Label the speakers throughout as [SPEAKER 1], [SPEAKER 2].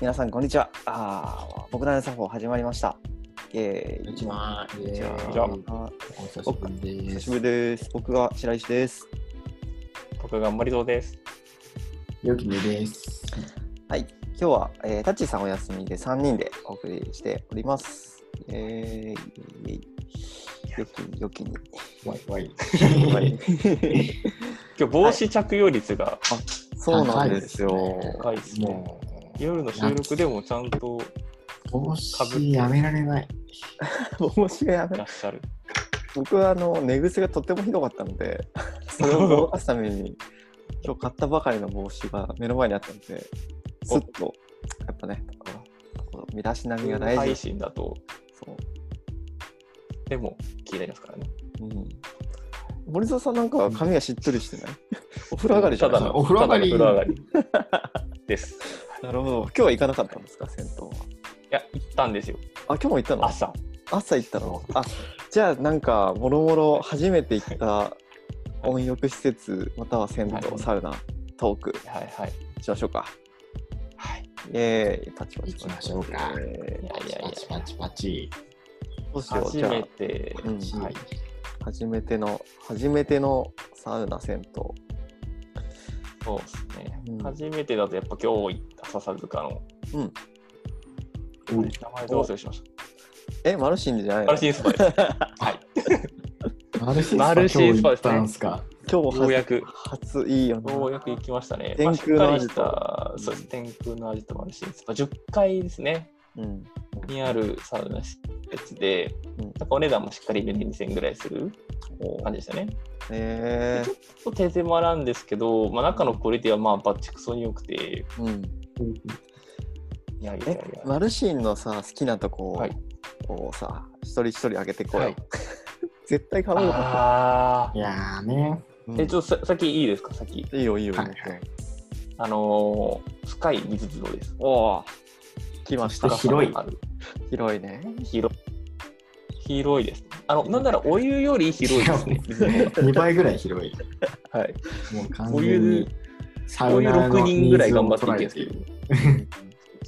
[SPEAKER 1] 皆さん、こんにちは。ああ、僕らの作法始まりました。えー、
[SPEAKER 2] こんにちは。こんに
[SPEAKER 1] じ
[SPEAKER 2] ち
[SPEAKER 1] ゃ
[SPEAKER 3] ちは
[SPEAKER 1] あ、
[SPEAKER 2] お久しぶり
[SPEAKER 1] 久
[SPEAKER 2] で
[SPEAKER 1] し
[SPEAKER 2] す。
[SPEAKER 1] ぶりです。僕が白石です。
[SPEAKER 3] 僕が森蔵です。
[SPEAKER 2] よきみです。
[SPEAKER 1] はい、今日は、えー、タッチーさんお休みで3人でお送りしております。えー、イエイよきに、よ きに。
[SPEAKER 2] わいわい。
[SPEAKER 3] 今日帽子着用率が
[SPEAKER 1] そうなんですよ。
[SPEAKER 3] 高いですね。
[SPEAKER 2] もう、
[SPEAKER 3] 夜の収録でもちゃんと
[SPEAKER 2] 帽子やめられない。
[SPEAKER 1] 面白い
[SPEAKER 3] いらっしゃる。
[SPEAKER 1] 僕はあの寝癖がとてもひどかったので、それを動かすために、今日買ったばかりの帽子が目の前にあったので、すっと、やっぱね、こうこう身だしなみが大
[SPEAKER 3] 配
[SPEAKER 1] 事。
[SPEAKER 3] 信だと、
[SPEAKER 1] そう
[SPEAKER 3] でも気になりますからね。
[SPEAKER 1] うん、森澤さんなんかは髪がしっとりしてないお風呂上がりじゃない
[SPEAKER 2] ただのお風呂上がり
[SPEAKER 3] ただのお風呂上がりです。
[SPEAKER 1] なるほど。今日は行かなかったんですか、銭湯は。
[SPEAKER 3] いや、行ったんですよ。
[SPEAKER 1] あ、今日も行ったの
[SPEAKER 3] 朝。
[SPEAKER 1] 朝行ったのあ、じゃあなんか、もろもろ初めて行った温浴施設、または銭
[SPEAKER 3] は
[SPEAKER 1] 湯、
[SPEAKER 3] い
[SPEAKER 1] サウナ、トーク
[SPEAKER 3] はいはい。
[SPEAKER 1] しましょうか。
[SPEAKER 3] はい。
[SPEAKER 1] イェーイ、パチパチパ
[SPEAKER 2] 行き
[SPEAKER 1] チ
[SPEAKER 2] ましょうか。
[SPEAKER 1] え
[SPEAKER 3] いやいやい
[SPEAKER 2] パ
[SPEAKER 3] や。
[SPEAKER 2] チパチパチ。
[SPEAKER 1] ーどうしよう、
[SPEAKER 3] 初
[SPEAKER 1] じゃ
[SPEAKER 3] めて、
[SPEAKER 1] うん
[SPEAKER 3] はい。
[SPEAKER 1] あ、初めての、初めてのサウナ、銭湯。
[SPEAKER 3] そうですね、
[SPEAKER 1] うん
[SPEAKER 3] 初めてだとやっぱ今日行った笹塚の、
[SPEAKER 1] うん
[SPEAKER 2] お
[SPEAKER 3] 名前どうしまし
[SPEAKER 1] え、マルシンじゃないの
[SPEAKER 3] たマルシンスパです。はい。
[SPEAKER 2] マルシ
[SPEAKER 3] マルシン
[SPEAKER 2] ン
[SPEAKER 3] ス
[SPEAKER 2] スパ
[SPEAKER 3] パで
[SPEAKER 2] ですす
[SPEAKER 3] ね
[SPEAKER 2] ね。んすか。
[SPEAKER 1] 今日
[SPEAKER 3] ようやく
[SPEAKER 1] 初、初いいよね。
[SPEAKER 3] ようやく行きましたね。
[SPEAKER 1] 天空の味と
[SPEAKER 3] まあしっかりした、そうです天空の味とマルシンスパ。10階ですね、
[SPEAKER 1] うん。
[SPEAKER 3] にあるサウナ施設で、
[SPEAKER 1] うん
[SPEAKER 3] なんかお値段もしっかりめで2000円ぐらいする感じでしたね。
[SPEAKER 1] えー、
[SPEAKER 3] ちょっと手狭なんですけど、まあ、中のクオリティはまあバッチクソに良くて、
[SPEAKER 1] うん。
[SPEAKER 3] いやいや
[SPEAKER 1] え
[SPEAKER 3] いや、
[SPEAKER 1] マルシンのさ好きなとこを,、
[SPEAKER 3] はい
[SPEAKER 1] さ一人一人上げてこうよ、
[SPEAKER 3] はい
[SPEAKER 1] 絶対かまなかっ
[SPEAKER 3] あ
[SPEAKER 2] いやーね。
[SPEAKER 1] た、
[SPEAKER 3] ーえ、ちょ
[SPEAKER 1] ょ
[SPEAKER 3] っとさ先いいですか、先。
[SPEAKER 1] いいよいいよ、
[SPEAKER 2] はいはい。
[SPEAKER 3] あのー、深い水風呂です。
[SPEAKER 1] おお来まし
[SPEAKER 2] ちょ
[SPEAKER 1] た
[SPEAKER 2] っと広い
[SPEAKER 3] 深さのある
[SPEAKER 1] 広いね
[SPEAKER 3] 広広いです。あの、なんならお湯より広い ですね。水風呂
[SPEAKER 2] 2倍ぐらい広い。
[SPEAKER 3] がはい。
[SPEAKER 2] もう完
[SPEAKER 3] お
[SPEAKER 2] 全
[SPEAKER 3] 湯
[SPEAKER 2] に。サ
[SPEAKER 3] こう
[SPEAKER 2] ウ
[SPEAKER 3] いう
[SPEAKER 2] ナ
[SPEAKER 3] 6
[SPEAKER 2] の
[SPEAKER 3] 人ぐらい頑張
[SPEAKER 2] ニ
[SPEAKER 3] ってい
[SPEAKER 2] ー
[SPEAKER 3] ける
[SPEAKER 2] ズ
[SPEAKER 3] ん
[SPEAKER 2] を捉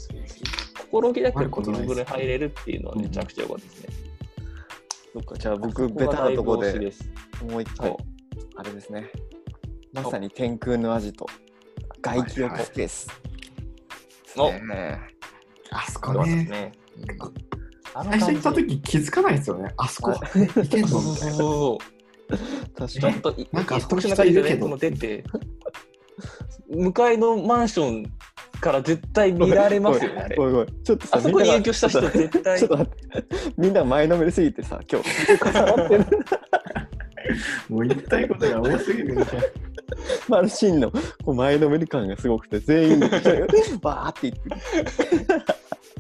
[SPEAKER 2] え
[SPEAKER 3] です
[SPEAKER 2] てい
[SPEAKER 3] けど
[SPEAKER 2] る。、
[SPEAKER 3] 心置きなく
[SPEAKER 2] 悪いことない
[SPEAKER 3] 水
[SPEAKER 2] です
[SPEAKER 3] 風呂に入れるっていうのは
[SPEAKER 2] うん
[SPEAKER 3] めちゃくちゃ良かったですね。
[SPEAKER 1] そっかじゃあ僕ベタなとこでもう一個、
[SPEAKER 3] はい
[SPEAKER 1] あれですねまさに天空のアジト外気浴スペース、
[SPEAKER 3] はい
[SPEAKER 1] ですね
[SPEAKER 2] あそ
[SPEAKER 3] こ
[SPEAKER 2] こね。
[SPEAKER 3] ね。あの
[SPEAKER 2] 最初行った
[SPEAKER 3] 感じ
[SPEAKER 2] 時気づかないですよね。あそこ
[SPEAKER 1] は
[SPEAKER 2] 行けん
[SPEAKER 3] そ
[SPEAKER 2] の
[SPEAKER 3] うそう
[SPEAKER 2] みたい
[SPEAKER 3] そう
[SPEAKER 2] な。
[SPEAKER 3] そう。
[SPEAKER 1] 確
[SPEAKER 3] ちょ
[SPEAKER 1] か
[SPEAKER 3] っ とい
[SPEAKER 2] なんか
[SPEAKER 3] 特殊な感じでね、こ
[SPEAKER 2] 人
[SPEAKER 3] の
[SPEAKER 2] い
[SPEAKER 3] 出て、向かいのマンションから絶対見られますよね、あれ
[SPEAKER 1] ご。めんごめんちょっとさ
[SPEAKER 3] あそこ
[SPEAKER 1] みん
[SPEAKER 3] に
[SPEAKER 1] な
[SPEAKER 3] 影響した人絶 対
[SPEAKER 1] ちょっと待ってみんな前のめりすぎてさ今日 重なってる
[SPEAKER 2] もう言いたいことが多すぎるみたいな。
[SPEAKER 1] マルシンのこう前のめり感がすごくて全員で バーっていって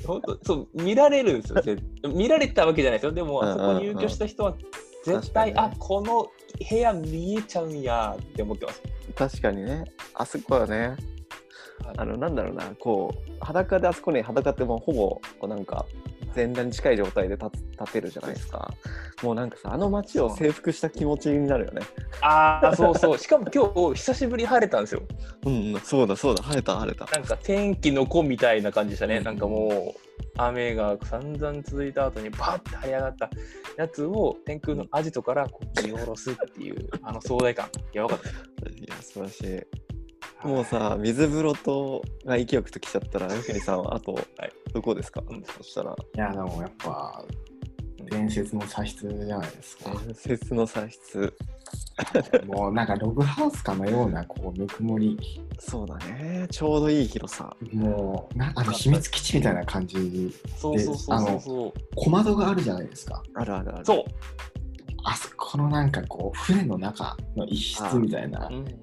[SPEAKER 3] 本当 そう見られるんですよ絶見られたわけじゃないですよでも
[SPEAKER 1] うんうん
[SPEAKER 3] あ
[SPEAKER 1] う
[SPEAKER 3] そ
[SPEAKER 1] ん
[SPEAKER 3] こに入居した人は絶
[SPEAKER 1] 確かに
[SPEAKER 3] 対、
[SPEAKER 1] ね
[SPEAKER 3] あこの部屋見えちゃうんやって思ってます
[SPEAKER 1] 確かにねあそこはね
[SPEAKER 3] はい
[SPEAKER 1] あのなんだろうなこう裸であそこに裸ってもうほぼこうなんか全裸に近い状態で立つ立てるじゃないですかもうなんかさあの街を征服した気持ちになるよね
[SPEAKER 3] ああそうそう しかも今日久しぶり晴れたんですよ
[SPEAKER 1] うん、うん、そうだそうだ晴れた晴れた
[SPEAKER 3] なんか天気の子みたいな感じでしたね、
[SPEAKER 1] うん
[SPEAKER 3] なんかもう雨が散々続いた後にバーって晴れ上がったやつを天空のアジトからこう見下ろすっていうあの壮大感やばかった
[SPEAKER 1] いや素晴らし
[SPEAKER 3] はい
[SPEAKER 1] いもうさ水風呂と外気浴と来ちゃったらよくにさんはあとどこですか、
[SPEAKER 3] うん
[SPEAKER 1] そしたら
[SPEAKER 2] いや、でもやっぱ、伝説の茶室じゃないですか。
[SPEAKER 1] 伝説の差室
[SPEAKER 2] もうなんかログハウスかのような、こう、ぬくもり。
[SPEAKER 1] そうだねちょうどいい広さ
[SPEAKER 2] もう、なあの、秘密基地みたいな感じ。
[SPEAKER 3] そうそうそうそうそう
[SPEAKER 2] 小窓があるじゃないですか。
[SPEAKER 1] あるあるある
[SPEAKER 3] そう
[SPEAKER 2] あそこのなんかこう、船の中の一室みたいな、
[SPEAKER 3] うん
[SPEAKER 1] 確か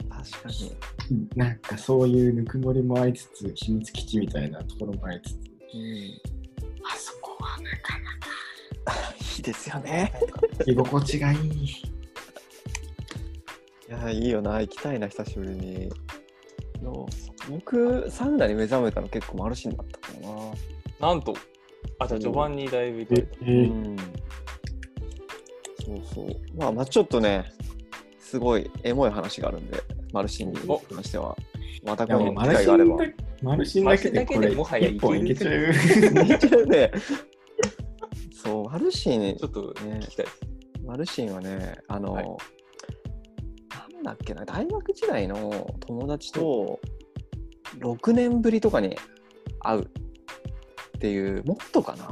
[SPEAKER 1] に。
[SPEAKER 2] なんかそういうぬくもりもありつつ、秘密基地みたいなところもありつつ、あそこはなんか
[SPEAKER 1] いいですよね。
[SPEAKER 2] 居心地がいい。
[SPEAKER 1] いや、いいよな。行きたいな、久しぶりに。の僕、サウナに目覚めたの結構マルシンだったかな。
[SPEAKER 3] なんと、あ、じゃあ序盤にだいぶいただいた
[SPEAKER 1] うん。そうそう。まあ、まあ、ちょっとね、すごいエモい話があるんで、マルシンに関しては。また
[SPEAKER 2] いや
[SPEAKER 1] こ
[SPEAKER 2] も
[SPEAKER 1] の
[SPEAKER 2] うマ
[SPEAKER 1] 機
[SPEAKER 2] ル
[SPEAKER 1] 会
[SPEAKER 2] シ
[SPEAKER 1] があれ
[SPEAKER 2] ン
[SPEAKER 1] ば
[SPEAKER 2] だ。マルシンだけでこれ
[SPEAKER 3] マルシンだけでもはやい
[SPEAKER 2] 一
[SPEAKER 3] ける
[SPEAKER 2] 本いけちゃう。
[SPEAKER 1] 似てるね。そう、マルシン
[SPEAKER 3] ちょ、っと聞きたいです。
[SPEAKER 1] マルシンはね、あの、
[SPEAKER 3] はい
[SPEAKER 1] なんだっけな、大学時代の友達と6年ぶりとかに会うっていう、もっとかな、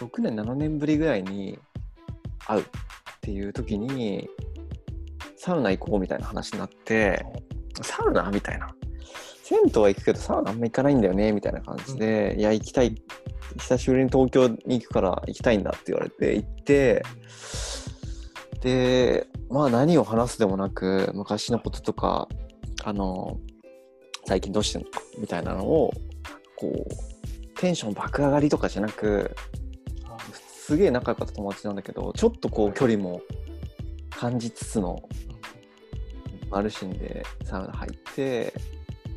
[SPEAKER 1] 6年、7年ぶりぐらいに会うっていう時に、サウナ行こうみたいな話になって、サウナみたいな。銭湯は行くけどサウナあんま行かないんだよねみたいな感じで、いや行きたい久しぶりに東京に行くから行きたいんだって言われて行ってでまあ何を話すでもなく昔のこととかあの最近どうしてんのかみたいなのをこうテンション爆上がりとかじゃなく
[SPEAKER 3] あ
[SPEAKER 1] すげえ仲良かった友達なんだけどちょっとこう距離も感じつつのマルシンでサウナ入って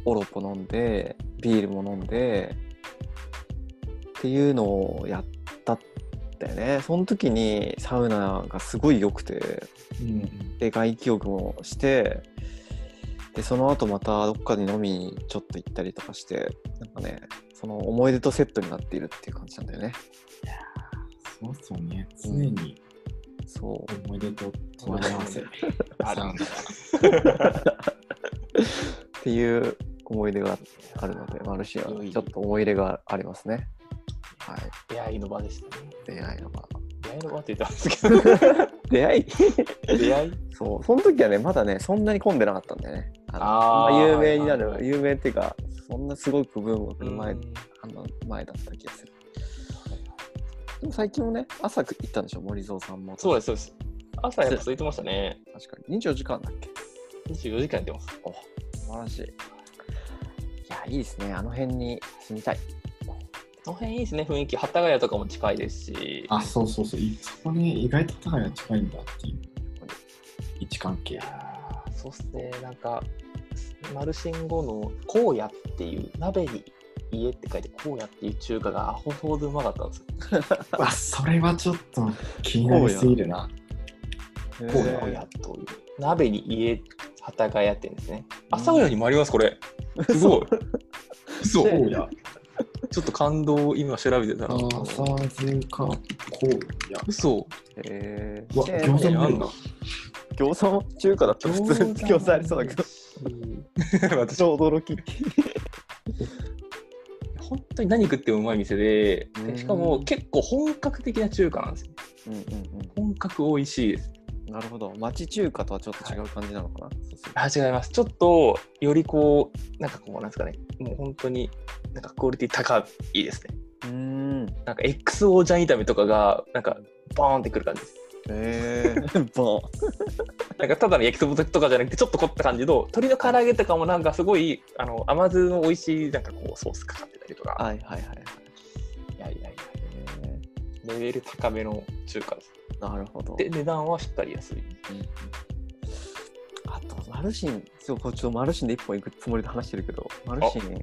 [SPEAKER 1] オロポ飲んでビールも飲んでっていうのをやったんだよねその時にサウナがすごい良くて
[SPEAKER 2] うん
[SPEAKER 1] で外気浴もしてでその後またどっかに飲みにちょっと行ったりとかしてなんかねその思い出とセットになっているっていう感じなんだよね
[SPEAKER 2] そうそうね。常に
[SPEAKER 1] そう
[SPEAKER 2] 思い出と隣り合わせ。
[SPEAKER 3] あるんだ
[SPEAKER 1] っていう思い出があるのでマルシンはちょっと思い入れがありますねはい
[SPEAKER 3] 出会いの場でしたね。
[SPEAKER 1] 出会いの場
[SPEAKER 3] 出会いの場って言ったんですけど、
[SPEAKER 1] 出会い
[SPEAKER 3] 出会い
[SPEAKER 1] そうその時はねまだねそんなに混んでなかったんだよねあの
[SPEAKER 3] あー
[SPEAKER 1] ま有名になる、
[SPEAKER 3] はいはいはい
[SPEAKER 1] 有名っていうかそんなすごくブームが来る前,、
[SPEAKER 3] うん
[SPEAKER 1] あの前だった気がするでも最近もね朝行ったんでしょ森蔵さんも
[SPEAKER 3] そうですす、そうです。朝やっぱ空いてましたね。
[SPEAKER 1] 確かに24時間だっけ
[SPEAKER 3] 24時間やってます。
[SPEAKER 1] お素晴らしいいやいいですねあの辺に住みたい
[SPEAKER 3] この辺いいですね、雰囲気。幡ヶ谷とかも近いですし。
[SPEAKER 2] あ、そうそうそう。いそこね、意外と高いが近いんだっていう。位置関
[SPEAKER 3] い
[SPEAKER 2] 係。
[SPEAKER 3] やーそしてなんかマルシン後のこうやっていう鍋に家って書いてこうやっていう中華がアホほどうまかったんですよ
[SPEAKER 2] あ、それはちょっと気になりすぎるな。
[SPEAKER 3] こうや
[SPEAKER 1] へ
[SPEAKER 3] こ
[SPEAKER 1] ー
[SPEAKER 3] うやという鍋に家幡ヶ谷店ですね朝浦にもありますこれすごいそ
[SPEAKER 2] こ
[SPEAKER 1] そう
[SPEAKER 2] や。
[SPEAKER 3] ちょっと感動を今調べてた
[SPEAKER 2] あー、サーズか、こうや。
[SPEAKER 3] 嘘
[SPEAKER 1] え
[SPEAKER 2] うわ、
[SPEAKER 1] ー
[SPEAKER 2] 餃子
[SPEAKER 1] チェーン
[SPEAKER 2] もあ
[SPEAKER 1] 店
[SPEAKER 2] るな。
[SPEAKER 1] 餃子も中華だったら普通に餃子ありそうだけど
[SPEAKER 3] ど私
[SPEAKER 1] 超驚き
[SPEAKER 3] 本当に何食ってもうまい店で
[SPEAKER 1] う
[SPEAKER 3] で
[SPEAKER 1] ん
[SPEAKER 3] しかも結構本格的な中華なんですよ
[SPEAKER 1] うんうんうん
[SPEAKER 3] 本格美味しいです
[SPEAKER 1] なるほど。町中華とはちょっと違う感じなのかな。
[SPEAKER 3] あ違いますちょっとよりこうなんかこうなんですかねもう本当になんかクオリティ高いですね
[SPEAKER 1] うーん。
[SPEAKER 3] なんか XO ジャン炒めとかがなんかバーンってくる感じです
[SPEAKER 1] ええー。ボン
[SPEAKER 3] なんかただの焼きそばとかじゃなくてちょっと凝った感じの鶏の唐揚げとかもなんかすごいあの甘酢の美味しいなんかこうソースかかってたりとか
[SPEAKER 1] はいはいはいはい。
[SPEAKER 3] いやいやい
[SPEAKER 1] え
[SPEAKER 3] やレベル高めの中華です
[SPEAKER 1] ー、なるほど。
[SPEAKER 3] で値段はしっかり安い
[SPEAKER 1] あと、マルシン、そう、こうちょっとマルシンで一本行くつもりで話してるけど、マルシン、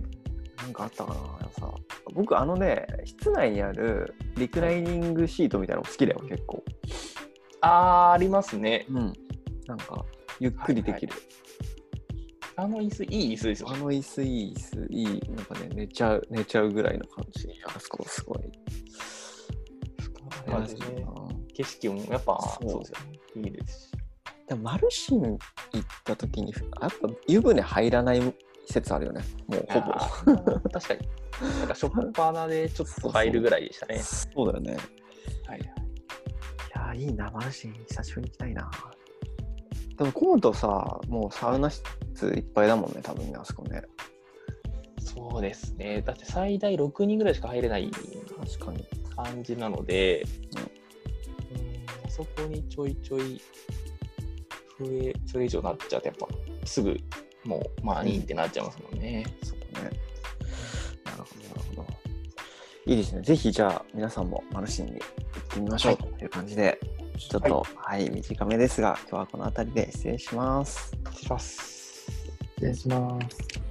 [SPEAKER 1] なんかあったかなさ僕、あのね、室内にあるリクライニングシートみたいなのも好きだよ、結構。
[SPEAKER 3] あーありますね
[SPEAKER 1] うん。なんか、ゆっくりできる。
[SPEAKER 3] あの椅子いい椅子ですよ
[SPEAKER 1] あの椅子いい椅子いい、なんかね、寝ちゃう、寝ちゃうぐらいの感じ。あそこ、すごい。
[SPEAKER 3] あれですね景色もやっぱ
[SPEAKER 1] そう
[SPEAKER 3] そうですよねいいですし
[SPEAKER 1] でもマルシン行った時にやっぱ湯船入らない説あるよねもうほぼ
[SPEAKER 3] ほぼ。確かに。なんかしょっぱなでちょっと入るぐらいでしたね。
[SPEAKER 1] そうだよね
[SPEAKER 3] はい
[SPEAKER 1] いやーいいなマルシン久しぶりに行きたいなでも今度さもうサウナ室いっぱいだもんね多分ねあそこね
[SPEAKER 3] そうですね。だって最大6人ぐらいしか入れない
[SPEAKER 1] 確かに
[SPEAKER 3] 感じなので、うん、あそこにちょいちょい増え、それ以上なっちゃうと、やっぱすぐもう満員ってなっちゃいますもんね。
[SPEAKER 1] そうだねなるほどなるほどいいですねぜひじゃあ皆さんもマルシンに行ってみましょうという感じで、ちょっとはい、短めですが今日はこの辺りで失礼します
[SPEAKER 3] 失礼します。
[SPEAKER 2] 失礼します。